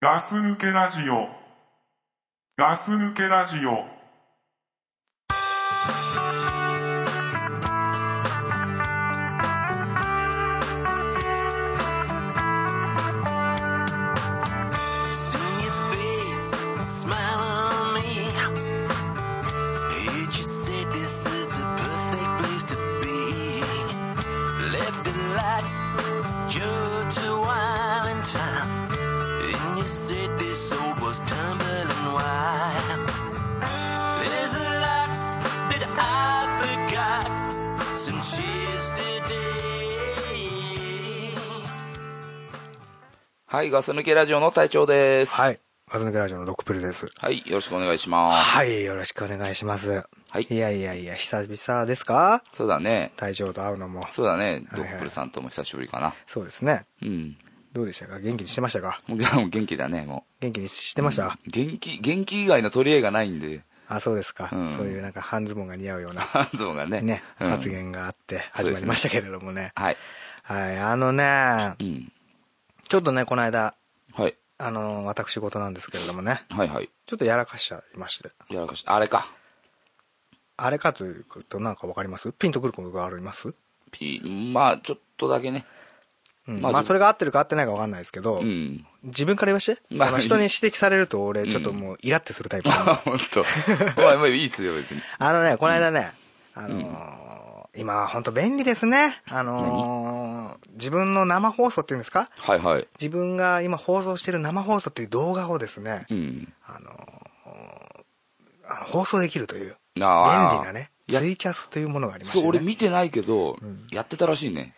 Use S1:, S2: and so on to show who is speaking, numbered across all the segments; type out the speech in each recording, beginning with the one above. S1: ガス抜けラジオ。ガス抜けラジオ。
S2: Sing your face, smile on me. Heard you say this is the perfect place to be. Left and right, just to while in time. And you said this old was tumbling wide. There's a lot that I forgot since yesterday.
S3: はい、ガス抜けラジオの隊長です。。
S4: はいい。ガス抜けラジオのロックプルです。
S3: はい、よろしくお願いします。
S4: はい、よろしくお願いします。
S3: はい
S4: いやいやいや、久々ですか
S3: そうだね。
S4: 隊長と会うのも。
S3: そうだね。
S4: はい
S3: ド
S4: はい
S3: ップルさんとも久しぶりかな。
S4: そうですね。
S3: うん。
S4: どうでしたか元気にしてましたか
S3: もうもう元気だね、も
S4: 元気にして
S3: う。
S4: ました、
S3: 元気、元気以外の取り合いがないんで、
S4: あ、そうですか、
S3: うん
S4: そういうなんか半ズボンが似合うような、
S3: ハンゾンがね。
S4: ね、
S3: うん
S4: 発。言があって始まりましたけれどもね。
S3: はい。
S4: はい、あのね
S3: う、ん。
S4: ちょっとね、この間、
S3: はい。
S4: あの、私事なんですけれどもね、
S3: はいはい。
S4: ちょっとやらかしちゃいまして。
S3: やらかし、あれか。
S4: あれかというと、なんかわかりますピンとくることがあります
S3: ピー、まあ、ちょっとだけね。
S4: うん、
S3: ま
S4: ま
S3: あ
S4: あ、それが合ってるか合ってないかわかんないですけど、
S3: うん。
S4: 自分から言わして、
S3: まあ
S4: あの人に指摘されると俺ちょっともうイラってするタイプなんで、
S3: あ、ほんと。まあ、まあいいっすよ、別に。
S4: あのねこの間ね、あのー今は本当便利ですねあのー自分の生放送っていうんですか
S3: はいはい。
S4: 自分が今放送してる生放送っていう動画をですね、
S3: うん。
S4: あのーあの放送できるという
S3: な
S4: 便
S3: あ
S4: 利なね
S3: いや
S4: ツイキャスというものがありまし
S3: そう、
S4: て、
S3: 俺
S4: ね、
S3: 見てないけど
S4: うん、
S3: やってたらしいね。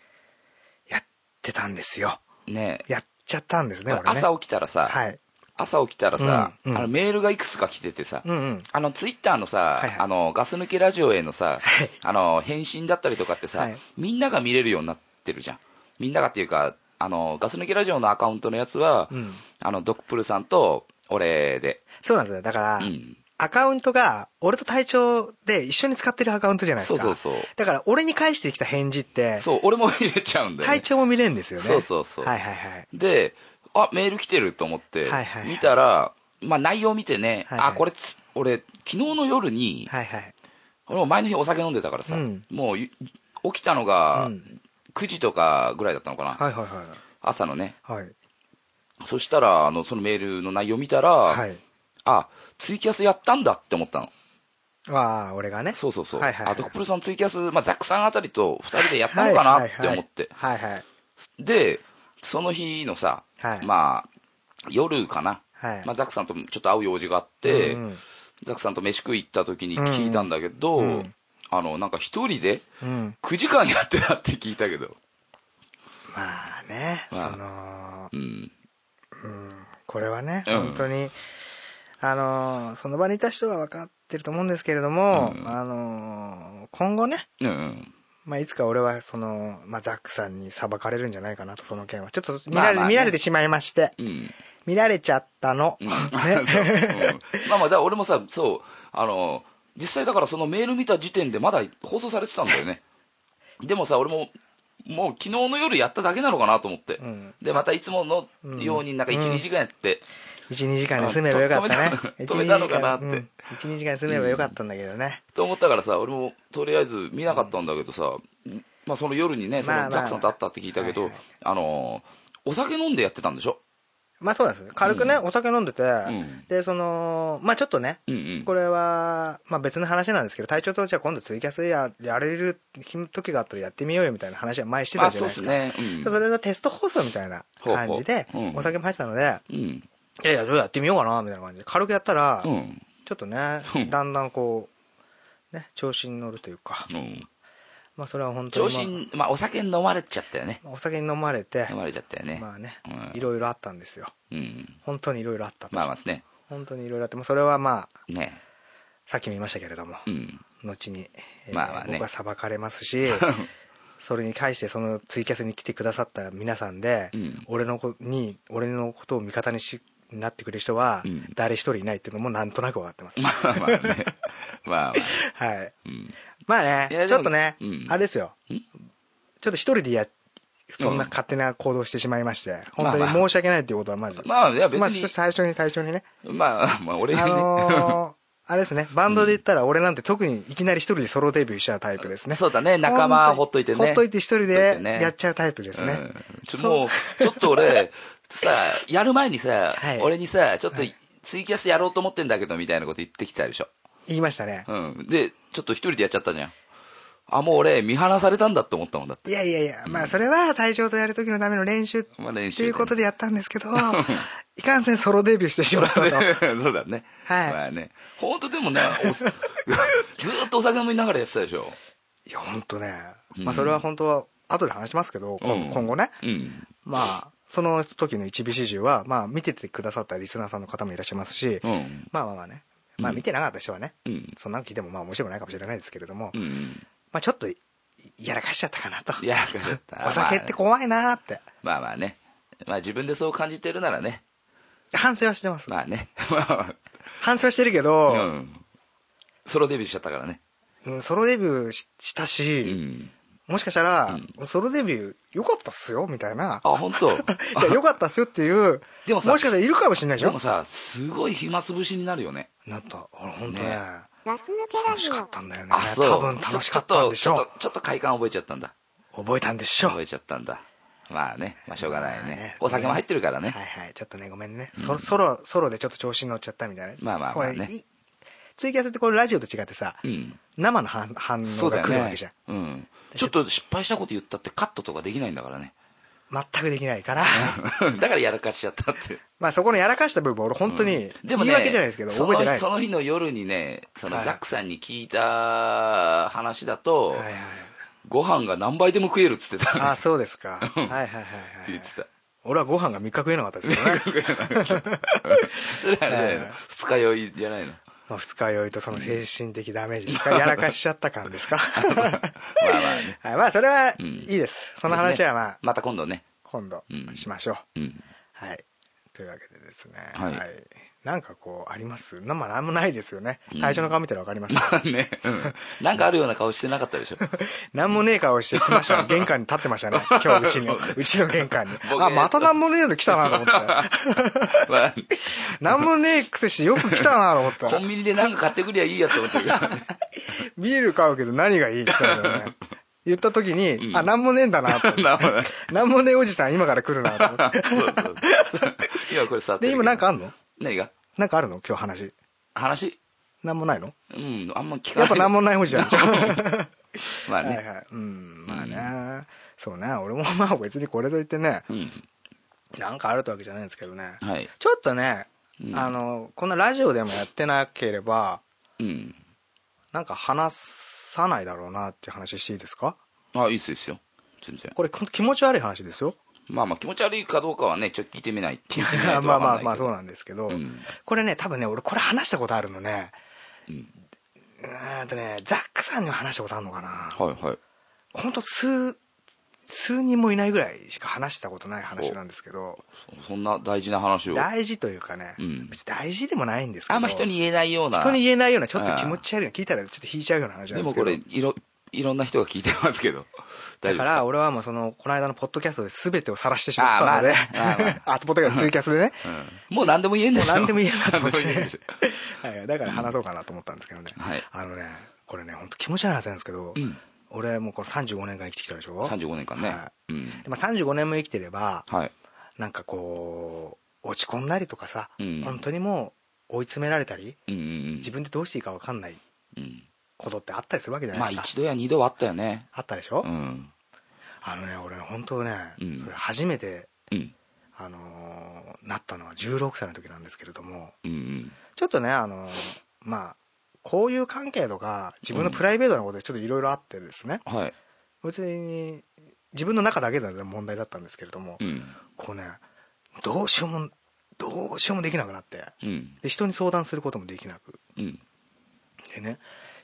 S4: やってたんですよ
S3: ね
S4: やっちゃったんですね俺ね
S3: 朝起きたらさ、
S4: はい
S3: 朝起きたらさ、
S4: うんうん
S3: あのメールがいくつか来ててさ、
S4: うんうん
S3: あのツイッターのさ、
S4: はいはい
S3: あのガス抜けラジオへのさ、
S4: はい
S3: あの返信だったりとかってさ、
S4: はい
S3: みんなが見れるようになってるじゃん。みんながっていうか、あのガス抜けラジオのアカウントのやつは、
S4: うん
S3: あのドクプルさんと俺で、
S4: そうなんですよだから、
S3: うん、
S4: アカウントが俺と隊長で一緒に使ってるアカウントじゃないです
S3: そう
S4: か
S3: そうそう、
S4: だから俺に返してきた返事って
S3: そう、俺も見れちゃうんだよ、ね。
S4: 隊長も見れるんですよね
S3: そうそうそう、
S4: はいはいはい
S3: で、あメール来てると思って、
S4: はいはいはい
S3: 見たら、まあ、内容見てね、
S4: はいはい
S3: あこれつ、俺、昨日の夜に、
S4: はいはい
S3: 俺も前の日お酒飲んでたからさ、
S4: うん
S3: もうゆ起きたのが
S4: うん
S3: 9時とかぐらいだったのかな、
S4: はいはいは
S3: 朝のね
S4: いはい
S3: そしたらあのそのメールの内容見たら、
S4: はい
S3: あツイキャスやったんだって思ったの
S4: ああ俺がね
S3: そうそうそう、
S4: はいはいはい
S3: あドクプルさんツイキャス、まあ、ザックさんあたりと2人でやったのかな
S4: はい
S3: っ
S4: はい
S3: て
S4: はい
S3: 思って、
S4: はいはい
S3: でその日のさ、
S4: はい
S3: まあ夜かな、
S4: はい
S3: まあ、ザックさんともちょっと会う用事があって、
S4: うん
S3: ザックさんと飯食い行った時に聞いたんだけど、
S4: うんうん
S3: あのなんか一人で
S4: うん、うん
S3: 9時間やってたって聞いたけど
S4: まあね、
S3: まあうん
S4: その、うん、これはね、
S3: うん
S4: 本当にあのーその場にいた人は分かってると思うんですけれども、
S3: うん
S4: あのー今後ね
S3: うんうん
S4: まあ、いつか俺はその、まあ、ザックさんに裁かれるんじゃないかなとその件はちょっと見られ,、
S3: まあまあね
S4: 見られてしまいまして
S3: うん
S4: 見られちゃったの、
S3: うん
S4: ね
S3: そう うんまあまあ、だから俺もさ、そう、あの、実際だからそのメール見た時点でまだ放送されてたんだよね。 でもさ、俺も、もう昨日の夜やっただけなのかなと思って。
S4: うん
S3: で、またいつものように、なんか1、
S4: うん
S3: 2時間やって、
S4: 12時間で済めばよかったね
S3: 止めたのかなって
S4: 12時間うん12時間で済めばよかったんだけどね、
S3: と思ったからさ、俺もとりあえず見なかったんだけどさ、まあその夜にね、そ
S4: まあま
S3: のザ
S4: あ
S3: ックさんと会ったって聞いたけど、
S4: はいはい
S3: あの、お酒飲んでやってたんでしょ
S4: まあそうなんですよ軽くね、
S3: う
S4: お酒飲んでて、
S3: ん
S4: でそのまあちょっとね
S3: うんうん。
S4: これは、まあ、別の話なんですけど隊長とじゃあ今度ツイキャスややれる時があったらやってみようよみたいな話は前して
S3: ま
S4: た
S3: あ
S4: じゃ
S3: そう
S4: ない
S3: っ
S4: です
S3: す
S4: か
S3: ね。うん
S4: でそれのテスト放送みたいな感じで
S3: ほうほううん
S4: お酒も入ってたので、
S3: うん。
S4: いやいや、どうやってみようかな、みたいな感じで、軽くやったら、
S3: う
S4: ち
S3: ん。
S4: ょっとね
S3: うん、
S4: だんだんこう、ね、調子に乗るというか、
S3: うん。
S4: まあそれは本
S3: 調
S4: 当に、
S3: 子
S4: まあ
S3: に、まあ、お酒飲まれちゃったよね。
S4: まあお酒に飲まれて
S3: 飲、まれちゃったよね。
S4: まあね、
S3: うん
S4: いろいろあったんですよ。
S3: うん。
S4: 本当にいろいろあったと。
S3: まあまあですね。
S4: 本当にいろいろあって、まあそれはまあ、
S3: ね。
S4: さっきも言いましたけれども、
S3: うん。
S4: 後に、えー
S3: まあまあね
S4: 僕は裁かれますし、それに対してそのツイキャスに来てくださった皆さんで
S3: う、ん。
S4: 俺の子に、俺のことを味方にしなってくれる人は
S3: うん、
S4: 誰一人いないっていうのもなんとなく分かっ てま す。
S3: まあまあね。まあまあ。
S4: はい。
S3: うん。
S4: まあ
S3: いやでも
S4: ね、ちょっとね
S3: うん、
S4: あれですよ。
S3: ん
S4: ちょっと一人でや、そんな勝手な行動してしまいまして、本当に申し訳ないっていうことはまず。
S3: まあ、いや別
S4: まあ、
S3: に、
S4: 最初に最初にね。
S3: まあ、まあ、俺に
S4: あ
S3: ね、
S4: のーあれですね、バンドで言ったら俺なんて特にいきなり一人でソロデビューしちゃうタイプですね。
S3: そうだね、仲間ほっといてね。
S4: ほっといて一人
S3: ほっとい
S4: で
S3: てね
S4: やっちゃうタイプですね。
S3: うんちょもう、ちょっと俺、さ、やる前にさ、
S4: はい
S3: 俺にさ、ちょっと
S4: はい
S3: ツイキャスやろうと思ってんだけど、みたいなこと言ってきたでしょ。
S4: 言いましたね。
S3: うん。で、ちょっと一人でやっちゃったじゃん。あ、もう俺、見放されたんだって思ったもんだって。
S4: いやいやいや、まあそれは隊長とやる時のための練習って
S3: まあ練習
S4: いうことでやったんですけど、いかんせんソロデビューして しまったと。
S3: そうだね。
S4: はい
S3: まあね。本当でもね、お ずーっとお酒飲みながらやってたでしょ。
S4: いや、本当ね。
S3: うん
S4: まあそれは本当は後で話しますけど、今
S3: うん
S4: 今後ね。
S3: うん。
S4: まあ、その時の一部始終は、まあ見ててくださったリスナーさんの方もいらっしゃいますし、
S3: うん。
S4: まあまあまあね。まあ見てなかった人はね、
S3: うん。
S4: そんなの聞いてもまあ面白くないかもしれないですけれども、
S3: うん。
S4: まあちょっといやらかしちゃったかなと。
S3: いや、よかった。
S4: お酒って怖いなーって。
S3: まあまあね。まあ自分でそう感じてるならね。
S4: 反省はしてます。
S3: まあね。まあ
S4: 反省はしてるけ
S3: ま
S4: ど、
S3: あ、 うん。ソロデビューしちゃったからね。
S4: うんソロデビューしした
S3: う
S4: し、
S3: ん。
S4: もしかしたら、ソロデビュー良かったっすよみたいな。
S3: あ、本 当
S4: いや良かったっすよって いう、
S3: でも
S4: もし
S3: さ
S4: かしたらいるかもしれないでし
S3: で
S4: ょ
S3: もさ、すごい暇つぶしになるよね。
S4: なった。あ本当ね
S3: ね。
S5: ガス抜けラ
S4: 楽
S5: ジ
S4: し
S5: オ
S4: かったんだよね
S3: あ、。そう。
S4: 多分楽しかったんでし
S3: ちょっと、ちょ
S4: ょ
S3: っとちょっと快感覚えちゃったんだ。
S4: う。覚えたんでしょう。
S3: 覚えちゃったんだ。まあね。まあしょうがない
S4: まあね
S3: ね。お酒も入ってるからね。
S4: はいはい。ちょっとね、ごめんね。ソソロ、ソロでちょっと調子に乗っちゃったみたいな。
S3: まあまあまあね
S4: これいツイキャスってこれラジオと違ってさ、
S3: うん。
S4: 生の反反
S3: そ
S4: 応
S3: うだ
S4: が
S3: よ
S4: 来るわけ
S3: ね
S4: じゃん。。
S3: うん。ちょっと失敗したこと言ったってカットとかできないんだからね。
S4: 全くできないから。
S3: だからやらかしちゃったって。
S4: まあそこのやらかした部分、俺本当に、
S3: でもね、
S4: 言い訳じゃないですけど、
S3: その
S4: 覚えてないです。
S3: その日の夜にね、そ
S4: は
S3: の
S4: い
S3: ザックさんに聞いた話だと、
S4: はいはいはい。
S3: ご飯が何倍でも食えるっつってた、
S4: ああ、
S3: っ
S4: そうですか。はい
S3: うん
S4: はいはいは
S3: て言
S4: い
S3: って。た。
S4: 俺はご飯が3日食えなかったですけどね。
S3: それは
S4: はい
S3: ね
S4: はい、
S3: 二日酔いじゃないの。
S4: まあ二日酔いとその精神的ダメージですか。やらかしちゃった感です か。
S3: まあまあね。
S4: はい、まあそれは
S3: うん
S4: いいです。その話はまあ、
S3: また今度ね。
S4: 今度
S3: うん
S4: しましょう。
S3: うん。
S4: はい。というわけでですね。は。
S3: はいい
S4: なんかこう、ありますなまあ、なんもないですよね
S3: う。ん
S4: 最初の顔見たらわかります。
S3: まあね、うん。なんかあるような顔してなかったでしょ。
S4: なんもねえ顔してきましたね。玄関に立ってまし たね。今日うちに、うちの玄関に。
S3: 僕
S4: あ、またなんもねえの来たなと思って。
S3: まあ、
S4: なんもねえくせしてよく来たなと思った
S3: コンビニでなんか買ってくりゃいいやと思ってるから ね。
S4: ビール買うけど何がいいって言ったんだよね言った時に、
S3: うん
S4: あ、なんもねえんだなと思っ て。
S3: なんもない
S4: なんもねえおじさん今から来るなと思っ。
S3: そうそうそう。今これ触っててる
S4: で、
S3: けど
S4: 今なんかあんの
S3: 何が
S4: なんかあるの今日話。
S3: 話
S4: なんもないの
S3: うん、あんま聞かない。
S4: やっぱなんもないおじ さんじゃん。
S3: まあ
S4: はい
S3: ね。
S4: はい。うん、まあね。そうね。俺もまあ別にこれといってね、
S3: うん。
S4: なんかあるってわけじゃないんですけどね。
S3: はい。
S4: ちょっとね、
S3: うん
S4: あの、こんなラジオでもやってなければ、
S3: うん。
S4: なんか話さないだろうなっていう話していいですか
S3: あ、いいっすよいいっすよ。全然。
S4: これほんと気持ち悪い話ですよ。
S3: まあまあ気持ち悪いかどうかはね、ちょっと聞いてみない。聞いてみないと
S4: ま
S3: わか
S4: あま
S3: んな
S4: あ
S3: い
S4: まあそう
S3: う
S4: なんですけど、
S3: ん。
S4: これね、多分ね、俺これ話したことあるのね。
S3: うん
S4: うーんとね、ザックさんには話したことあるのかな。
S3: はいはい。
S4: ほんと数、数人もいないぐらいしか話したことない話なんですけど、
S3: そそんな大事な話を。
S4: 大事というかね、
S3: うん
S4: 別に大事でもないんですけど。
S3: あんま人に言えないような。
S4: 人に言えないような、ちょっと気持ち悪いの聞いたらちょっと引いちゃうような話な
S3: で
S4: んで
S3: も
S4: すけ
S3: こ
S4: ど。
S3: れ、いろ、いろんな人が聞いてますけど。大丈夫
S4: だか
S3: です
S4: ら
S3: か
S4: 俺はもうその、この間のポッドキャストで全てを晒してしまったので、
S3: あーまあねまあ
S4: あ、ポッドキャスト、ツイキャス でね。
S3: うんもう何でも言えんでしょ。
S4: もう何でも言えんだ
S3: 何でも言えんでしょ。
S4: はい、だから話そうかなと思ったんですけどね。
S3: はい。
S4: あのね、これね、本当気持ち悪い話なんですけど、
S3: うん。
S4: 俺もうこれ35年間生きてきたでしょ
S3: 35年間ね。
S4: は
S3: うん。
S4: でまあ、35年も生きてれば、
S3: はい。
S4: なんかこう、落ち込んだりとかさ、
S3: うん
S4: 本当にもう追い詰められたり、
S3: うんうんうん。
S4: 自分でどうしていいか分かんない
S3: うん。
S4: ことってあったりするわけじゃ
S3: ま
S4: な
S3: あ
S4: いです
S3: 一
S4: か。
S3: 度や二度はあったよね。
S4: あったでしょ、
S3: うん。
S4: あのね、俺本当ね、
S3: うん
S4: それ初めて、
S3: うん。
S4: あのーなったのは16歳の時なんですけれども、
S3: うんうん。
S4: ちょっとね、あのーまあ、交友関係とか、自分のプライベートなことでちょっといろいろあってですね、
S3: はい。
S4: 別に、自分の中だけでの問題だったんですけれども、
S3: うん。
S4: こうね、どうしようも、どうしようもできなくなって、
S3: うん。
S4: で人に相談することもできなく
S3: うん。
S4: でね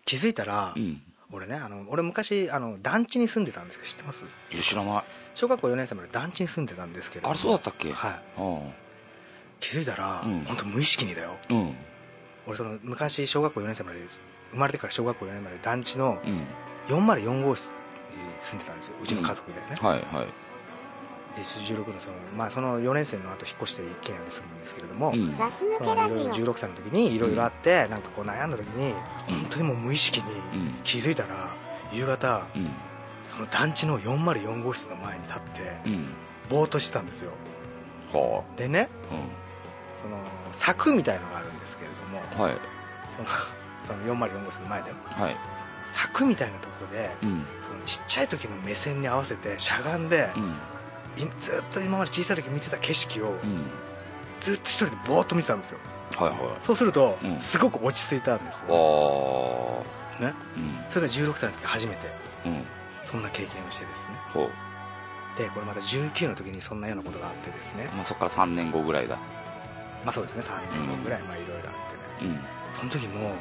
S4: 気づいたら、
S3: うん。
S4: 俺ねあの俺昔あの団地に住んでたんですけど知ってます
S3: いや、知らない。
S4: 小学校4年生まで団地に住んでたんですけれど
S3: あ
S4: も
S3: れそうだったっけい。
S4: はい
S3: あ
S4: 気づいたら、
S3: うん
S4: 本当無意識にだよ
S3: あ。うん。
S4: 俺その昔小学校4年生まで生まれてから小学校4年まで団地の
S3: うん。
S4: 404号室に住んでたんですようちの家族でね、
S3: はいはい。
S4: で16のその、まあ、その4年生の後引っ越して一軒家に住むんですけれども、
S3: うんうん
S5: ガス抜
S4: そ
S5: け
S4: の
S5: ラ
S4: い
S5: ジ
S4: ろいろ
S5: オ
S4: 16歳の時にいろいろあって、なんかこう悩んだ時に本当にもう無意識に
S3: うん
S4: 気づいたら夕方
S3: うん
S4: その団地の404号室の前に立っ
S3: う
S4: て
S3: ん
S4: ぼーっとしてたんですよ
S3: は
S4: でね
S3: あ
S4: その柵みたいのがあるんですけれども
S3: うんはい
S4: そのその404号室の前でも
S3: はい
S4: 柵みたいなところで
S3: うん
S4: そのちっちゃい時の目線に合わせてしゃがんで
S3: う、ん
S4: いずっと今まで小さい時見てた景色を
S3: うん
S4: ずっと一人でぼーっと見てたんですよ
S3: はいはい
S4: そうすると
S3: うん
S4: すごく落ち着いたんです
S3: あ
S4: よ、
S3: あ
S4: ね
S3: うん
S4: それが16歳の時初めて
S3: うん
S4: そんな経験をしてですね
S3: ほう
S4: でこれまた19の時にそんなようなことがあってですね
S3: まあそこから3年後ぐらいだ
S4: まあそうですね3年後ぐらいまあいろいろあって
S3: う
S4: ね
S3: んうん
S4: その時も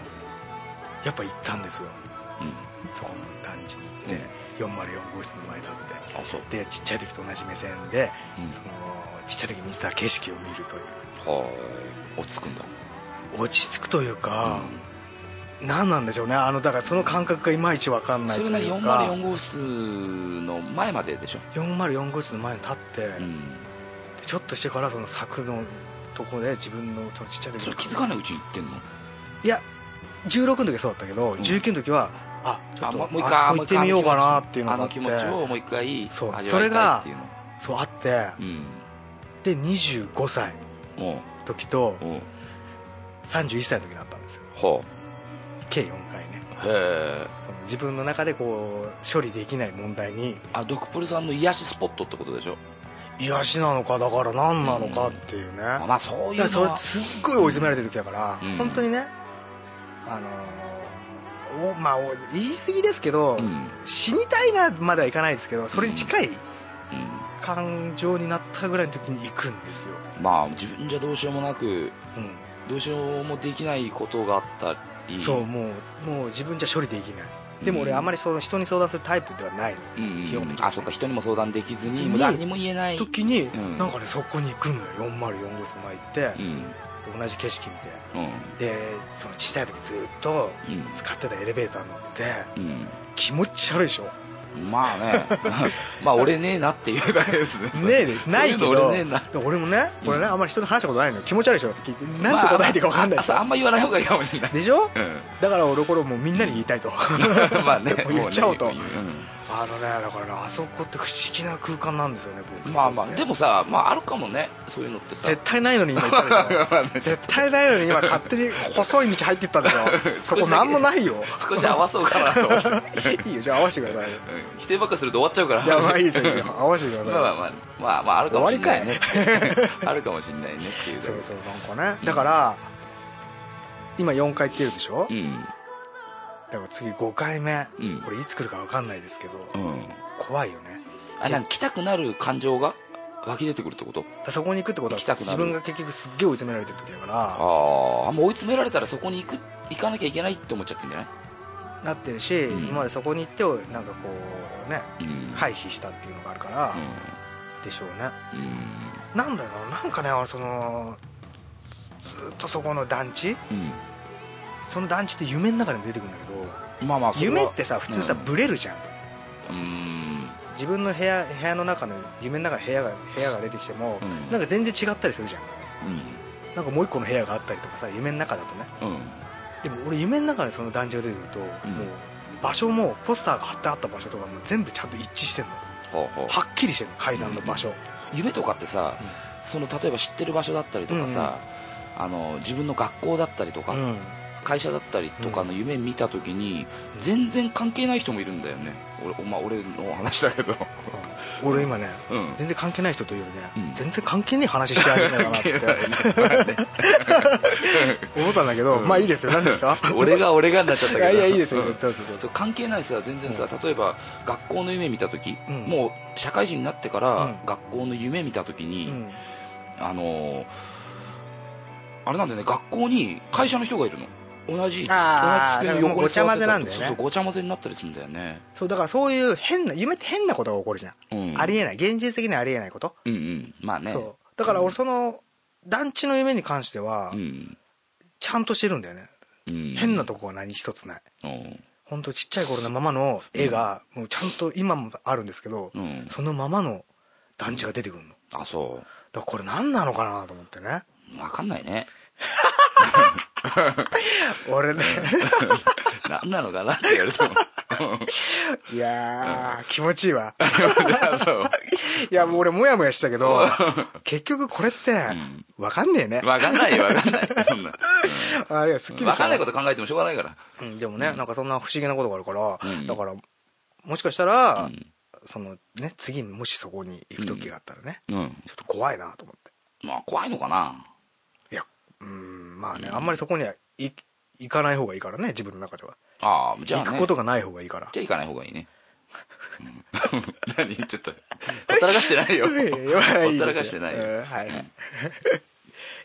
S4: やっぱ行ったんですよそこの団地に行って404号室の前に立っ
S3: あそう
S4: てでちっちゃい時と同じ目線で
S3: うん
S4: そのちっちゃい時見てた景色を見るという
S3: はい落ち着くんだ
S4: 落ち着くというか、何なんでしょうねあのだからその感覚がいまいち分かんない
S3: そ
S4: とい
S3: れ
S4: う
S3: な
S4: か
S3: り404号室の前まででしょ
S4: 404号室の前に立って、
S3: うん
S4: ちょっとしてからその柵のとこで自分のそのちっちゃい時
S3: そ
S4: の
S3: れ気づかないうちに行ってんの
S4: いや16の時はそうだったけど、
S3: ん
S4: 19の時はあちょっ
S3: あ
S4: と
S3: もう
S4: もう
S3: 一
S4: 一
S3: 回
S4: 回行ってみようかなっていうの
S3: あ
S4: が
S3: の
S4: あって
S3: 気持ちをもう一回味
S4: そう
S3: わい
S4: それ
S3: たい
S4: が
S3: っていうの
S4: そうあって
S3: うん
S4: で25歳
S3: も
S4: の時と
S3: うもう
S4: 31歳の時だったんですよ
S3: ほ
S4: 計4回ね
S3: うへえ
S4: その自分の中でこう処理できない問題に
S3: あドクプルさんの癒しスポットってことでしょ
S4: 癒しなのかだから何なのかっていうね、
S3: あまあそう
S4: い
S3: い
S4: や
S3: うの
S4: それ
S3: は
S4: すっごい追い詰められてる時だから、
S3: うん
S4: 本当にねあのーおまあお言い過ぎですけど、
S3: うんうん
S4: 死にたいなまではいかないですけどそれに近い感情になったぐらいの時に行くんですよ、
S3: まあ自分じゃどうしようもなくどうしようもできないことがあった
S4: う
S3: り
S4: ん、そうもうもう自分じゃ処理できないでも俺あまりその人に相談するタイプではない
S3: うんうん
S4: 基本的に
S3: あそっか人にも相談できずに
S4: に
S3: もう何にも言えない
S4: 時に、
S3: うん
S4: なんかねそこに行くのよ404号室の前行って
S3: うん、
S4: 同じ景色見て
S3: うん
S4: でその小さい時ずっと
S3: うん
S4: 使ってたエレベーター乗っ
S3: う
S4: て
S3: ん
S4: 気持ち悪いでしょ
S3: まあね まあ俺ねえなっていうだけですね
S4: ねえないけ
S3: そ
S4: ど
S3: ううの俺ねえな
S4: で俺もねこれね、
S3: うん
S4: あんまり人に話したことないのよ気持ち悪いでしょって聞いてなんて答えていいか分かんない
S3: まあ
S4: でしょ、
S3: あああんま言わない方がいいかも しれない
S4: でし
S3: う
S4: ょだから俺これもうみんなに言いたい と
S3: んまあね
S4: もう言っちゃおうと
S3: もね言
S4: あのねだからねあそこって不思議な空間なんですよね僕
S3: う
S4: にとって
S3: んまあまあでもさまああるかもねそういうのってさ
S4: 絶対ないのに今言ったでしょ
S3: まあ ね
S4: 絶対ないのに今勝手に細い道入っていったでし
S3: 少しだけ
S4: ょ そこなんもないよ
S3: 少し合わそうかなと思って
S4: いいよじゃあ合わせてくださいよ
S3: うん否定ばっかすると終わっちゃうから
S4: いやまあいいですよいいですよ
S3: ま
S4: 合わせてくだ
S3: あ
S4: さ い
S3: ま
S4: よ
S3: あまあまあまああるかもしれないね あるかもしれないねっていうだ
S4: そ
S3: け
S4: うそうなんかねだから今4回行ってるでしょ、
S3: うん
S4: だから次5回目
S3: うん
S4: これいつ来るか分かんないですけど
S3: うん
S4: 怖いよね
S3: あなんか来たくなる感情が湧き出てくるってこと
S4: だからそこに行くってことは
S3: 行きたくなる
S4: 自分が結局すっげえ追い詰められてる時だか
S3: ああもう追い詰められたらそこに行く行かなきゃいけないって思っちゃってんじゃない
S4: らなってるし、
S3: ん
S4: 今までそこに行ってなんかこうね
S3: うん
S4: 回避したっていうのがあるから、でしょうね
S3: うん
S4: なんだろうなんかねそのずっとそこの団地
S3: うん
S4: その団地って夢の中でも出てくるんだけど
S3: うんまあまあそれは
S4: 夢ってさ普通さ、
S3: うん
S4: ブレるじゃん
S3: うん
S4: 自分の部屋部屋の中の夢の中の部屋が部屋が出てきても、
S3: うん
S4: なんか全然違ったりするじゃん
S3: う
S4: なんかもう一個の部屋があったりとかさ夢の中だと
S3: ん
S4: ね
S3: うん
S4: でも俺夢の中にその団地が出てくると、
S3: ん
S4: もう場所もポスターが貼ってあった場所とかも全部ちゃんと一致してんのは
S3: ほうほう
S4: っきりしてんの階段の場所、
S3: 夢とかってさ、その例えば知ってる場所だったりとかさ、あの自分の学校だったりとか、
S4: うん
S3: 会社だったりとかの夢見た時に、全然関係ない人もいるんだよね俺,お、まあ、俺の話だけど
S4: 俺今ね
S3: うん
S4: 全然関係ない人というよりね、
S3: うん
S4: 全然関係ない話し始めたなって
S3: 関係ないね
S4: 思ったんだけど、
S3: うん
S4: まあいいですよ何ですか
S3: 俺が俺がになっちゃっ
S4: い
S3: たけど
S4: やいやいいですよ
S3: うん
S4: 絶対そう
S3: そ
S4: そう
S3: 関係ないさ全然さ、例えば学校の夢見た時、
S4: うん
S3: もう社会人になってから、
S4: うん
S3: 学校の夢見た時に、
S4: う、うん、
S3: あのーあれなんだよね学校に会社の人がいるの同じ
S4: あ
S3: 同
S4: ー
S3: じ机の
S4: だからも
S3: 横に
S4: うご
S3: 座ってたりと
S4: ちゃ
S3: か
S4: 混ぜなんだよ
S3: そ
S4: ね
S3: うそうごちゃ混ぜになったりするんだよね
S4: そうだからそういう変な夢って変なことが起こるじゃん、
S3: うん
S4: ありえない現実的にはありえないこと、
S3: うんうんまあね
S4: そうだから俺その団地の夢に関しては
S3: うん
S4: ちゃんとしてるんだよね、
S3: うん
S4: 変なとこが何一つない
S3: うん
S4: 本当ちっちゃい頃のままの絵がもうちゃんと今もあるんですけど、
S3: うん
S4: そのままの団地が出てくるの。だ
S3: あ、そ
S4: からこれ何なのかなと思ってね。
S3: う。わかんないね。
S4: 俺 ね、
S3: 何なのかなって言われても。
S4: いやー、気持ちいいわ。
S3: そう。
S4: いや、もう俺もやもやしたけど、結局これって、わかんねえね。
S3: わかんないよ、わかんない。そんな。
S4: あれはすっきり
S3: わ
S4: した
S3: かん
S4: わ
S3: ないこと考えてもしょうがないから。
S4: うんでもね、なんかそんな不思議なことがあるから、
S3: うん
S4: だから、もしかしたら、
S3: うん
S4: そのね、次もしそこに行く時があったらね、
S3: うん。
S4: ちょっと怖いなと思って。
S3: まあ、怖いのかな。
S4: いや、うん、まあね、
S3: うん
S4: あんまりそこには行行かない方がいいからね、自分の中では。
S3: ああ、じゃあ、ね、
S4: 行くことがない方がいいから。
S3: じゃあ行かない方がいい ね。うん 何ちょっと、ほったらかしてないよ。
S4: いやいや
S3: ほったらか
S4: で
S3: し
S4: す
S3: て
S4: よ
S3: ない
S4: うん
S3: よ。
S4: はい。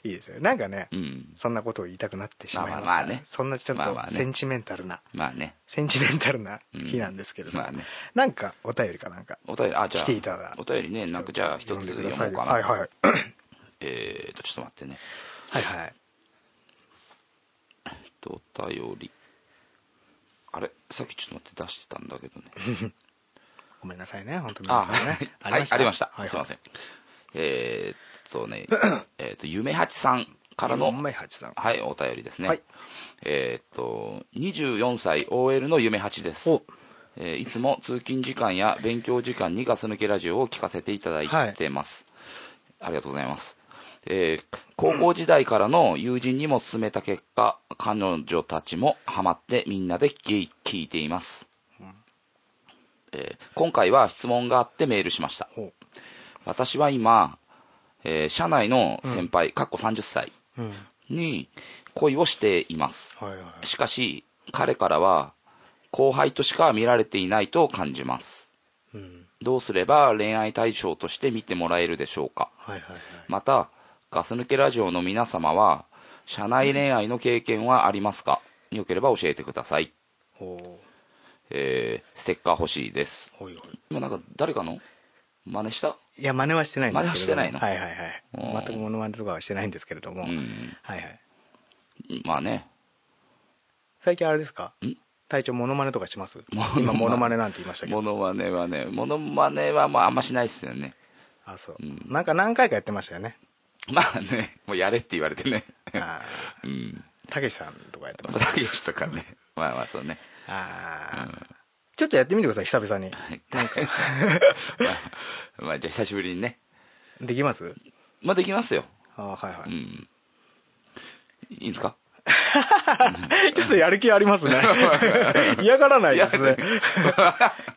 S4: いいですよ。なんかね、
S3: うん。
S4: そんなことを言いたくなってしまい
S3: まあまあまあね
S4: そんなちょっ
S3: まあまあ
S4: と
S3: ね
S4: センチメンタルな、
S3: まあね。
S4: センチメンタルな
S3: うん
S4: 日なんですけれども、
S3: まあね。
S4: なんかお便りかなんか
S3: お便り、あ、じゃあ、
S4: 来ていただ
S3: お便りね、なんかじゃあ一つ
S4: 読ん
S3: 読
S4: で
S3: も
S4: く
S3: う
S4: ださい
S3: かな。
S4: はいはい
S3: えーと、ちょっと待ってね。
S4: はいはい
S3: えっと、お便り。あれさっきちょっと待って出してたんだけどね。
S4: ごめんなさいね本当に皆
S3: あ
S4: さんね
S3: はいはい、ありました。
S4: はい
S3: すいま
S4: ん
S3: せん。えーっとね、えーっと、ゆめはちさんからの、
S4: 梅八さん
S3: はい、お便りですね。
S4: はい
S3: えーっと、24歳 OL の夢八です。
S4: お
S3: えーいつも通勤時間や勉強時間にガス抜けラジオを聞かせていただいてます。ありがとうございます。えー高校時代からの友人にも勧めた結果、彼女たちもハマってみんなで聞い聞いています、えー今回は質問があってメールしました。
S4: ほ
S3: 私は今、えー社内の先輩、かっこ30歳
S4: ううん
S3: に恋をしています。
S4: はいは
S3: しかし、彼からは後輩としか見られていないと感じます。
S4: いうん
S3: どうすれば恋愛対象として見てもらえるでしょうか
S4: はいはいはい
S3: また、ガス抜けラジオの皆様は、社内恋愛の経験はありますかよければ教えてください。
S4: ほ
S3: えー、ステッカー欲しいです。
S4: うほいほい
S3: 今なんか誰かの真似した
S4: いや真似はしてないんですけれど
S3: 真似は
S4: も
S3: してないの
S4: はいはいはい
S3: うん
S4: 全くモノマネとかはしてないんですけれども、
S3: うん。
S4: はいはい
S3: まあね。
S4: 最近あれですか
S3: ん
S4: 体調モノマネとかします
S3: モノマネ
S4: 今モノマネなんて言いましたけ
S3: モ
S4: ど
S3: ノマネはね、モノマネはまああんましないですよね。
S4: あそう、
S3: うん
S4: なんか何回かやってましたよね
S3: まあね、もうやれって言われてね。
S4: あ
S3: うん。
S4: ーたけしさんとかやってました
S3: たけしとかね。まあまあそうね。
S4: あー、ちょっとやってみてください久々に
S3: なんかまあ、まあじゃあ久しぶりにね。
S4: できます
S3: まあできますよ。
S4: あーはいは
S3: う
S4: い、
S3: ん。いいんですか
S4: ちょっとやる気あります ね嫌がらないですね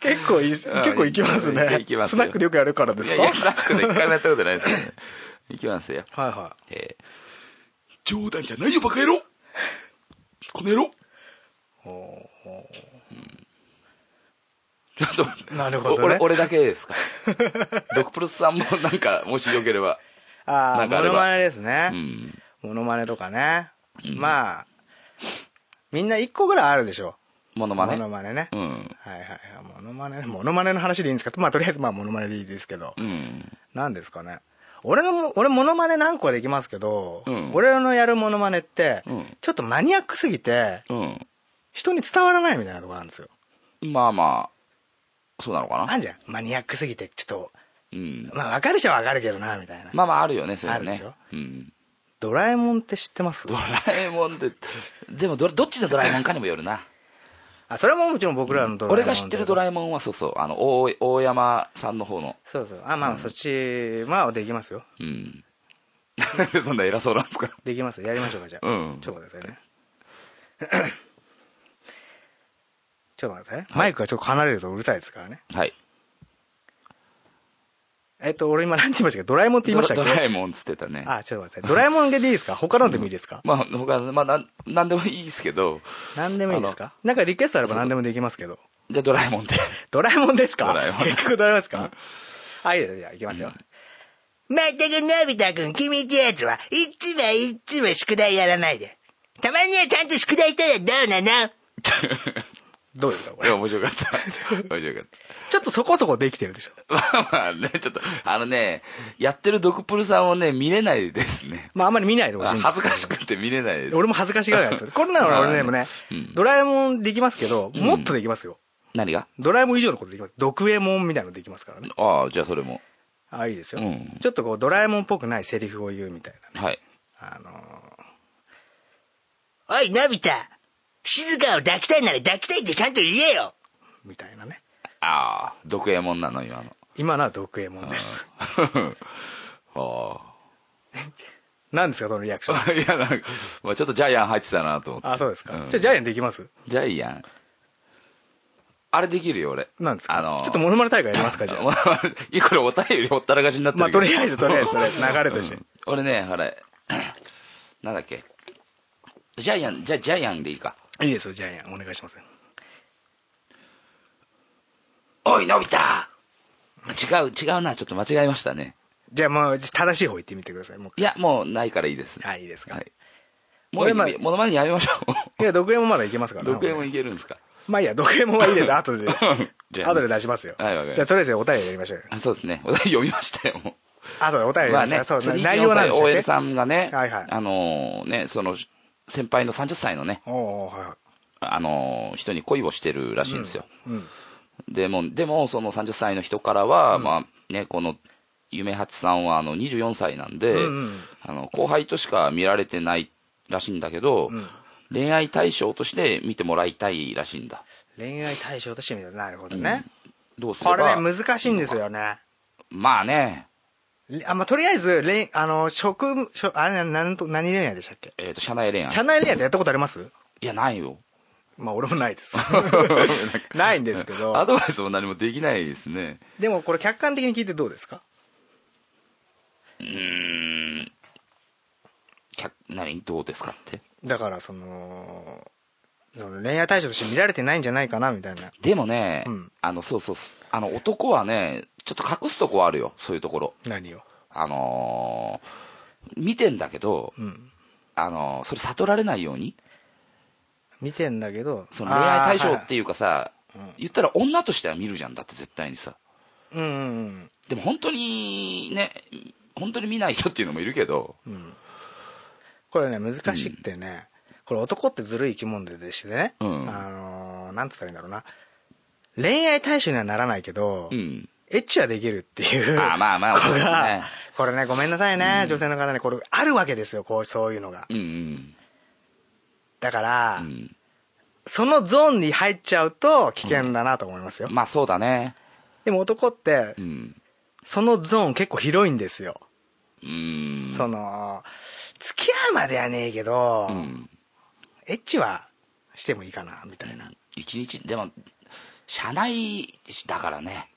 S4: 結構いい結構いきます
S3: いや
S4: ね
S3: いきますよ
S4: スナックでよくやるからですか
S3: いやいや、スナックで一回もやったことないですけどね。いきますよ。
S4: はいは
S3: えー、冗談じゃないよ、バカ野郎この野郎
S4: いおーお
S3: ちょっと待って、
S4: なるほどね
S3: お俺、俺だけです か。ドクプルスさんもなんか、もしよければ。
S4: ーあ
S3: な
S4: あ
S3: んか
S4: モ
S3: あれ
S4: ノ
S3: ば
S4: マネです
S3: う
S4: ね、
S3: ん。
S4: モノマネとかね、
S3: うん
S4: まあみんな1個ぐらいあるでしょ
S3: モノ
S4: モ
S3: マ
S4: ノ
S3: ネ
S4: マネね、
S3: うん。
S4: はいはいはいモノマネモノマネの話でいいんですかまあとりあえずまあモノマネでいいですけど
S3: うん。
S4: なんですかね俺のも俺モノマネ何個かできますけど、
S3: うん
S4: 俺のやるモノマネって、
S3: うん
S4: ちょっとマニアックすぎて
S3: うん。
S4: 人に伝わらないみたいなとこあるんですよ
S3: まあまあ、そうなのか
S4: あ
S3: な。
S4: んじゃんマニアックすぎてちょ
S3: うん
S4: っと。まあ分かる人は分かるけどなみたいな、
S3: まあまあ、あるよね、そういうの
S4: あるでし
S3: ね
S4: ょ。
S3: うん。
S4: ドラえもんって知ってます
S3: ドラえもんって、でもど、どっちのドラえもんかにもよるな。
S4: あそれももちろん僕らのドラえもん
S3: 俺が知ってるドラえもんは、そうそう、あの、大大山さんの方の。
S4: そうそうあまあそっちはできますよ
S3: うん。 なんでそんな偉そうなんですか。
S4: できますよやりましょうかじゃあ、
S3: うん
S4: ちょっと待ってくださいね ちょっと待ってくださいマイクがちょっと離れるとうるさいですからね
S3: はい。
S4: えっと、俺今何て言いましたっけドラえもんって言いましたっけ
S3: ドラドラえもんっつってたね。
S4: あ、ちょっと待って。ドラえもんでいいですか他のでもいいですか、
S3: まあ、僕は、まあ、なん、なんでもいいですけど、
S4: 何でもいいですかなんかリクエストあれば何でもできますけど。
S3: じゃあドラえ もんで。
S4: ドラえもんですか
S3: ドラえもん
S4: 結局ドラえもんですかあ、いいです。じゃあ、いきますよ。まったく、のび太くん、君ってやつは、いっつもいっつも宿題やらないで。たまにはちゃんと宿題したらどうなのどうですかこ
S3: いや、
S4: れ。
S3: 面白かった。面白かっ
S4: ちょっとそこそこできてるでしょ。
S3: た。まあまあね、ちょっと、あのね、やってるドクプルさんをね、見れないですね。
S4: まあ、あんまり見ないでほしいんですけど
S3: 恥ずかしくて見れないです。
S4: 俺も恥ずかしがらないと。これなら俺でも ね
S3: うん、
S4: ドラえもんできますけど、もっとできますよ。
S3: 何が
S4: ドラえもん以上のことできます。ドクエモンみたいなのできますからね。
S3: ああ、じゃあそれも。
S4: ああ、いいですよ。
S3: うん
S4: ちょっとこう、ドラえもんっぽくないセリフを言うみたい
S3: はい。
S4: な。あのー、おい、のび太静かを抱きたいなら抱きたいってちゃんと言えよみたいなね。
S3: ああ、毒右衛門なの、今の。
S4: 今のは毒右衛門です。
S3: あ
S4: 何ですか、そのリア クション。
S3: あ。いや、なんか、まあちょっとジャイアン入ってたなと思って。
S4: あ、そうですか。
S3: ん
S4: じゃあ、ジャイアンできます
S3: ジャイアン。あれできるよ、俺。
S4: なんですか、
S3: あのー
S4: ちょっとモノマネ大会やりますか、じゃあ。
S3: いやこれお便りほったらかしになってる
S4: まあ、
S3: けど
S4: とりあえず、とりあえず、とりあえず、流れとして。
S3: 俺ねあれ なんだっけジャイアンじゃジャイアンでいいか
S4: いいですよ、ジャイアン。お願いします。
S3: おいのび太違う違うなちょっと間違えましたね
S4: じゃあ、もう、正しい方言ってみてください。もう
S3: いやもうないからいいですね
S4: あ、いいですか。、
S3: はいいもういい
S4: 俺まあ
S3: ものまねやめましょ
S4: や、毒右衛門まだいけますから
S3: う
S4: な
S3: 毒右衛門
S4: 俺
S3: いけるんですか。
S4: まあ、いいや、毒右衛門はいいです。後で
S3: じゃあ
S4: 後で出しますよ。
S3: はいわかりました
S4: じゃあ、とりあえずお便りやりましょうよ。
S3: あそうですねお題読みましたよも
S4: あ、そうだ、お便
S3: う
S4: り
S3: まあ
S4: やり
S3: ね
S4: ましょう。そう
S3: 次
S4: 内容なんですよ、ね。
S3: OL さんがね、
S4: はいはい
S3: あのーねその先輩の30歳のね
S4: おーはいはい。
S3: あのー人に恋をしてるらしいんですよ、
S4: うん。
S3: でも、でも、その30歳の人からは、まあね、この、夢八さんはあの24歳なんで、
S4: うんうん
S3: あの、後輩としか見られてないらしいんだけど、
S4: うん
S3: 恋愛対象として見てもらいたいらしいんだ。
S4: 恋愛対象としてみたいな。なるほどね。
S3: どうすれ
S4: こ
S3: ば
S4: れね、難しいんですよね。
S3: まあね、
S4: あ、まあ、とりあえず、恋、あの、職務、職あれ、ななんと、何恋愛でしたっけ
S3: えっ、と、社内恋愛。
S4: 社内恋愛ってやったことあります
S3: いや、ない よ。
S4: まあ、俺もな いです。ないんですけ
S3: ア
S4: ど、
S3: ドバイスも何もできないですね。
S4: でもこれ客観的に聞いてどうですか
S3: うーん。客何どうですかって。
S4: だから、その、その恋愛対象として見られてないんじゃないかな、みたいな。
S3: でもね、
S4: うん
S3: あの、そうそう、あの、男はね、ちょっと隠すとこあるよ、そういうところ。
S4: 何を。
S3: あのー見てんだけど、
S4: うん。
S3: あのーそれ悟られないように、
S4: 見てんだけど、
S3: その恋愛対象
S4: あ
S3: っていうかさ、
S4: ーはいはい
S3: 言ったら女としては見るじゃんだって絶対にさ。
S4: うんうん
S3: でも本当にね、本当に見ない人っていうのもいるけど、
S4: うん。うん。これね、難しくてね、これ男ってずるい生き物でしてね、
S3: うん
S4: あのーなんつったらいいんだろうな。恋愛対象にはならないけど、
S3: うん。
S4: エッチはできるっていう。
S3: あーまあまあ
S4: これが
S3: ね
S4: これね、ごめんなさいね、女性の方ね、これ、あるわけですよ、こう、そういうのが
S3: う。ん
S4: だから、
S3: うん。うん。
S4: そのゾーンに入っちゃうと危険だなと思いますよ。
S3: まあそうだね。
S4: でも男って
S3: う、ん。
S4: そのゾーン結構広いんですよ。
S3: うん。
S4: その、付き合うまではねえけど、
S3: うん。
S4: エッチはしてもいいかな、みたいな。
S3: 一日、でも、社内だからね。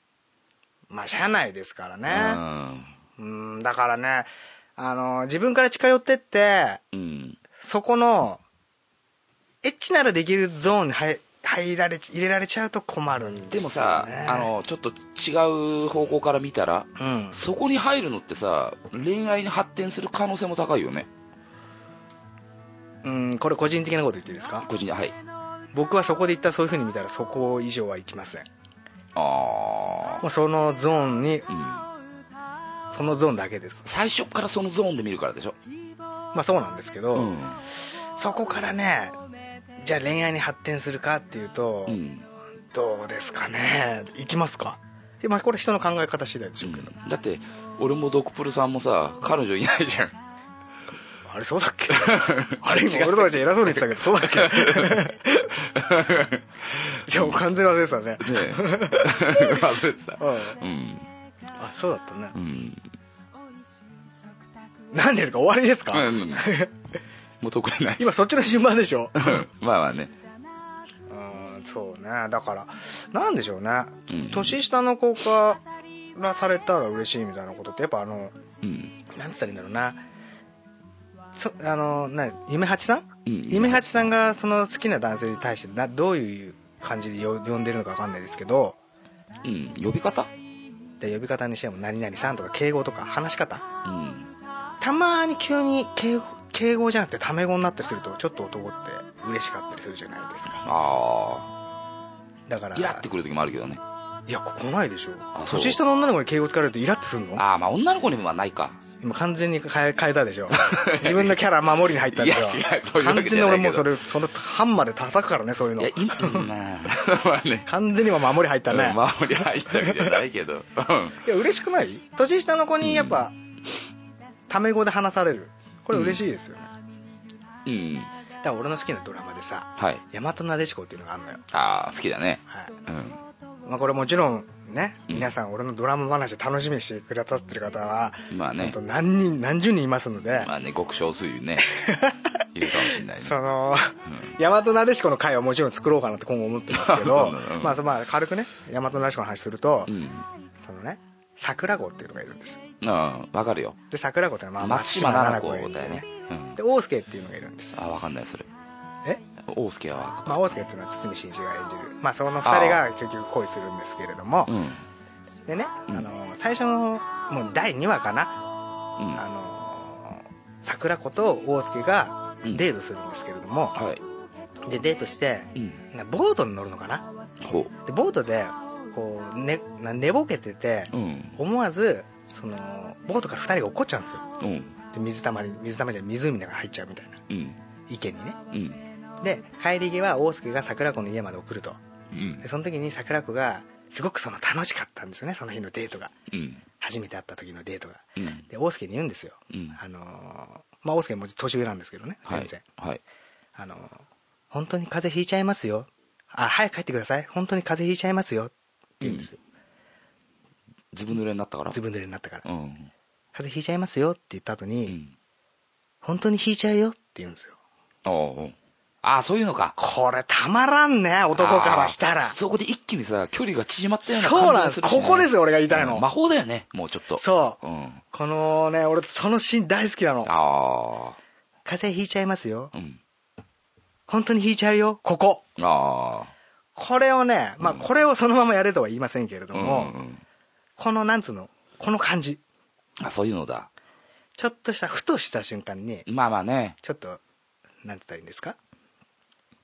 S4: まあ、社内ですから
S3: う
S4: ね。
S3: ん。
S4: うん、だからね、あの、自分から近寄ってって、
S3: うん。
S4: そこの、エッチならできるゾーンに入入られち、入れられちゃうと困るんですよ、ね。
S3: でもさ、あ、の、ちょっと違う方向から見たら、
S4: うん。
S3: そこに入るのってさ恋愛に発展する可能性も高いよね
S4: うん、これ個人的なこと言っていいですか
S3: 個人的にはい
S4: 僕はそこで言ったらそういう風に見たらそこ以上はいきません。
S3: あ
S4: も
S3: あ
S4: うそのゾーンに、
S3: うん
S4: そのゾーンだけです。
S3: 最初からそのゾーンで見るからでしょ
S4: まあそうなんですけど、
S3: うん
S4: そこからね、じゃあ恋愛に発展するかっていうと、
S3: うん
S4: どうですかねいきますかでまあこれ人の考え方次第でしょうけど。
S3: だって俺もドクプルさんもさ彼女いないじゃん
S4: あれそうだ っけ あれ今俺たち偉そうに言ってたけど、そうだっけ じゃあもう完全に忘れてたね。
S3: ね え忘れてた
S4: うん。
S3: うん
S4: あ、そうだったね
S3: う。ん
S4: 何ですか終わりですか、
S3: うん もう特にない
S4: 今そっちの順番でしょ
S3: まあまあね
S4: うんそうねだからなんでしょうね、
S3: うん
S4: 年下の子からされたら嬉しいみたいなことってやっぱあの
S3: うん
S4: なんつったらいいんだろうなそあのな夢八さん、
S3: うん
S4: 夢八さんがその好きな男性に対してなどういう感じでよ呼んでるのかわかんないですけど
S3: うん呼び方
S4: で呼び方にしても「何々さん」とか敬語とか話し方
S3: うん
S4: たまに急に敬語敬語じゃなくてタメ語になったりするとちょっと男って嬉しかったりするじゃないですか
S3: あ
S4: だから
S3: あイラってくる時もあるけどね
S4: いやここないでしょ
S3: あそう
S4: 年下の女の子に敬語使われるとイラッとするの
S3: ああまあ女の子にはないか
S4: 今完全に変え変えた でしょ自分のキャラ守りに入ったんでしょ
S3: いや違うそういうわ
S4: 完
S3: けじ
S4: 全
S3: ゃ
S4: に
S3: な
S4: 俺
S3: いけ
S4: もう
S3: ど
S4: それそのハンマーで叩くからねそういう
S3: い
S4: の
S3: や今うん まあまあね
S4: 完全に今守り入っ たね、
S3: うん守り入ったみたいじゃないけどうん
S4: いや嬉しくない年下の子にやっぱタメ語で話されるこれ嬉しいですよね、
S3: うん
S4: だから俺の好きなドラマでさ
S3: はい
S4: 「大和なでしこ」っていうのがあるのよ、
S3: ああ好きだね
S4: はい
S3: うん
S4: まあ、これもちろんね
S3: うん
S4: 皆さん俺のドラマ話楽しみにしてくださってる方は、
S3: まあね
S4: 本当何人何十人いますので、
S3: まあね極小数 ねいるかもしれないね
S4: その、大和なでしこの会はもちろん作ろうかなって今後思ってますけ
S3: そ
S4: ど
S3: うなのうん
S4: まあそまあ軽くね大和なでしこの話すると、
S3: うん
S4: そのね桜子っていうのがいるんです
S3: うんわかるよ
S4: で桜子ってのはまあ
S3: 松島菜々子
S4: 松島菜々
S3: だよねうん
S4: で大輔っていうのがいるんです
S3: あわかんないそれ
S4: え
S3: 大介は
S4: まあ、大輔っていうのは堤真一が演じる、まあ、その2人が結局恋するんですけれども
S3: うんうん
S4: でね、
S3: うん
S4: あの最初のもう第2話かな、あの桜子と大輔が
S3: うん
S4: デートするんですけれども、
S3: はい
S4: でデートして
S3: うん
S4: なボートに乗るのかな
S3: ほ
S4: でボートでこう、ね、な寝ぼけてて
S3: ううん
S4: 思わずそのボートから2人が落っこっちゃうんですよ
S3: うん
S4: で水たまり水たまりじゃない湖の中に入っちゃうみたいな
S3: うん
S4: 池にね
S3: うん
S4: で帰り際大輔が桜子の家まで送ると
S3: うん
S4: でその時に桜子がすごくその楽しかったんですよねその日のデートが
S3: うん
S4: 初めて会った時のデートが
S3: うん
S4: で大輔に言うんですよ、
S3: うん
S4: あのーまあ大輔も年上なんですけどね
S3: は
S4: 全
S3: い
S4: 然、
S3: はい
S4: あのー本当に風邪ひいちゃいますよあ早く帰ってください本当に風邪ひいちゃいますよって言うんですよ、
S3: ずぶ濡れになったから
S4: ずぶ濡れになったから、
S3: うん
S4: 風邪ひいちゃいますよって言った後
S3: う
S4: に、
S3: ん
S4: 本当にひいちゃうよって言うんですよ
S3: おうおうああそういうのか
S4: これたまらんね男からした
S3: あ
S4: ら
S3: ーそこで一気にさ距離が縮まったような感
S4: そう
S3: じ
S4: なん
S3: が
S4: です
S3: するしね
S4: ここですよ俺が言いたいの、
S3: うん魔法だよねもうちょっと、
S4: そう
S3: ん、
S4: このね俺そのシーン大好きなの
S3: あ
S4: 風邪ひいちゃいますよ
S3: あうん
S4: 本当に引いちゃうよここ
S3: あ
S4: これをねまあ
S3: うん
S4: これをそのままやれとは言いませんけれ
S3: あ
S4: ども、
S3: うんうん
S4: このなんつうのこの感じ
S3: あそういうのだ
S4: ちょっとしたふとした瞬間に
S3: まあまあね
S4: ちょっとなんて言ったらいいんですか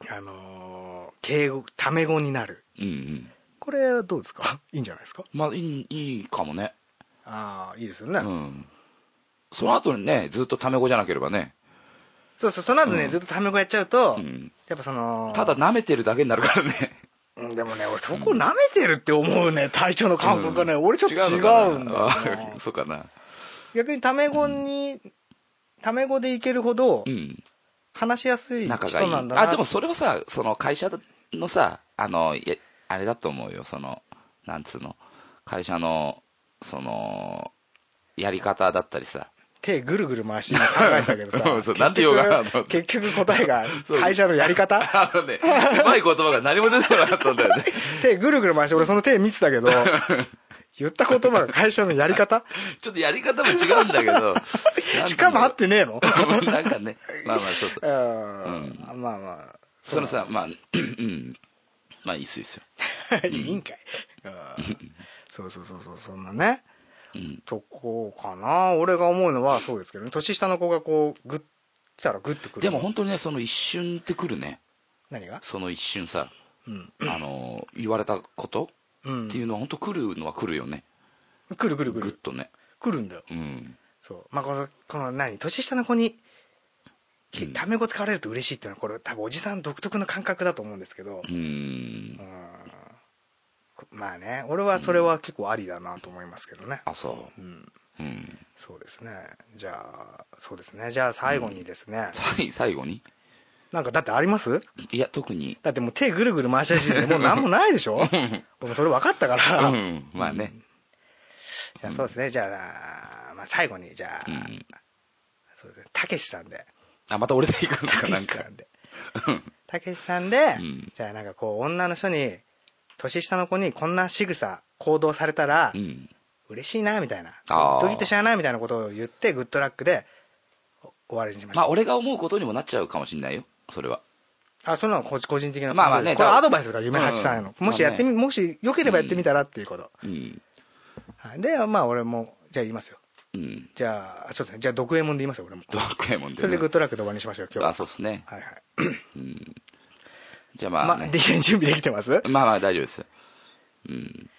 S4: あのー敬語タメ語になる
S3: うんうん
S4: これはどうですかいいんじゃないですか
S3: まあいいいいかもね
S4: ああいいですよ
S3: う
S4: ね、
S3: んその後にねずっとタメ語じゃなければね、
S4: そうそうその後ね、
S3: うん
S4: ずっとタメ語やっちゃうと、
S3: うん、
S4: やっぱその
S3: ただ舐めてるだけになるから ね
S4: うんでもね俺そこ舐めてるって思うね体調の感覚がね、
S3: うん
S4: 俺ちょっと違
S3: のかな
S4: うんだよな
S3: あーそうかな
S4: 逆にタメ語に、タメ語でいけるほど
S3: うん
S4: 話しやすい
S3: 仲がい
S4: 人
S3: い
S4: なんだな
S3: あでもそれはさその会社のさあのいやあれだと思うよそのなんつうの会社のそのやり方だったりさ
S4: 手ぐるぐる回し今考えてたけど
S3: うん そ
S4: さ
S3: うなんて言おうかな
S4: 結
S3: と思っ
S4: 局
S3: て
S4: 結局答えが
S3: そう
S4: 会社のやり方
S3: あのね、うまい言葉が何も出てこなかったんだ よね。
S4: 手ぐるぐる回して俺その手見て たけど言った言葉が会社のやり方
S3: ちょっとやり方も違うん だけど。
S4: しかも合ってねえ の
S3: なんかね、まあまあそうそう
S4: う。んまあま
S3: そのさ、まあ、うん。まあいいっすいいっすよ。
S4: あいいんかいうんそうそうそうそうそんなね
S3: うん。
S4: とこかな俺が思うのはそうですけどね年下の子がこうグッ来たらグッとくる
S3: でも本当にね、その一瞬ってくるね。
S4: 何が
S3: その一瞬さ、
S4: うん
S3: あの、言われたこと
S4: う
S3: ってい
S4: ん
S3: うのは本当来るのは来るよね。
S4: くるくるく
S3: ぐっ
S4: る
S3: とね。
S4: くるんだよ
S3: うん。
S4: そうまあこのこの何年下の子にけ
S3: うん
S4: タメ語使われると嬉しいっていうのはこれ多分おじさん独特の感覚だと思うんですけど
S3: う。
S4: うんんこまあね俺はそれは結構ありだなと思いますけどね
S3: あ、そ
S4: うん
S3: う。うん。
S4: そうですねじゃあそうですねじゃあ最後にですね
S3: さい最後に
S4: なんかだってあります
S3: いや、特に。
S4: だってもう手ぐるぐる回した時点でもう何もないでしょ俺それ分かったか
S3: う
S4: ら
S3: ん。まあね。
S4: じゃあそうですねじゃあまあ最後にじゃあ
S3: うん。
S4: そうですねたけしさんで
S3: あ、また俺で行くの
S4: た
S3: か
S4: け
S3: なん
S4: しさ
S3: か。
S4: んで
S3: うん
S4: たけしさんで、
S3: うん
S4: じゃあなんかこう女の人に年下の子にこんな仕草行動されたら
S3: うん。
S4: 嬉しいなみたいな
S3: あー
S4: ドキッとしちゃうなみたいなことを言ってグッドラックでお終わりにしまし
S3: ま
S4: ょ
S3: あ
S4: う、
S3: 俺が思うことにもなっちゃうかもしれないよそれは
S4: あ、そんなの個人個人的な
S3: まあまあね
S4: こ
S3: だ
S4: れ
S3: から
S4: アドバイスが夢八さんへの、
S3: うん
S4: もしやってみ、
S3: ま
S4: もしよければやってみたらっていうこと、
S3: うん
S4: はいでまあ俺もじゃあ言いますよ
S3: うん
S4: じゃあそうですねじゃあ独衛門で言いますよ俺も
S3: ドラクエモンで、ね、
S4: それでグッドラックで終わりにしましょう今日
S3: あそうですね
S4: はいはい
S3: じゃあ
S4: ま
S3: まあ、
S4: あ、
S3: ね
S4: で準備できてます
S3: まあまあ大丈夫ですうん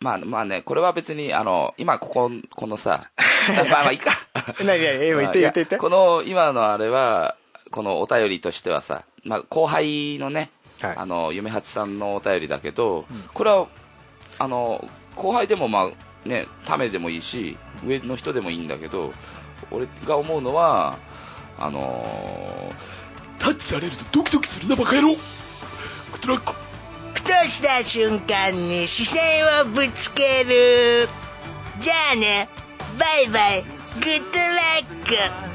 S3: まあまあね、これは別に、あの、今ここ、この さ、まあまあいいか。
S4: 何何今言っ
S3: ま
S4: て言
S3: あ
S4: って言って
S3: いやこの、今のあれは、このお便りとしてはさ、まあ後輩のね、
S4: はい
S3: あの、夢八さんのお便りだけど、これは、あの、後輩でもまあね、ためでもいいし、上の人でもいいんだけど、俺が思うのは、あのタッチされるとドキドキするな、バカ野郎クトラック
S6: ふとした瞬間に視線をぶつけるじゃあねバイバイグッドラック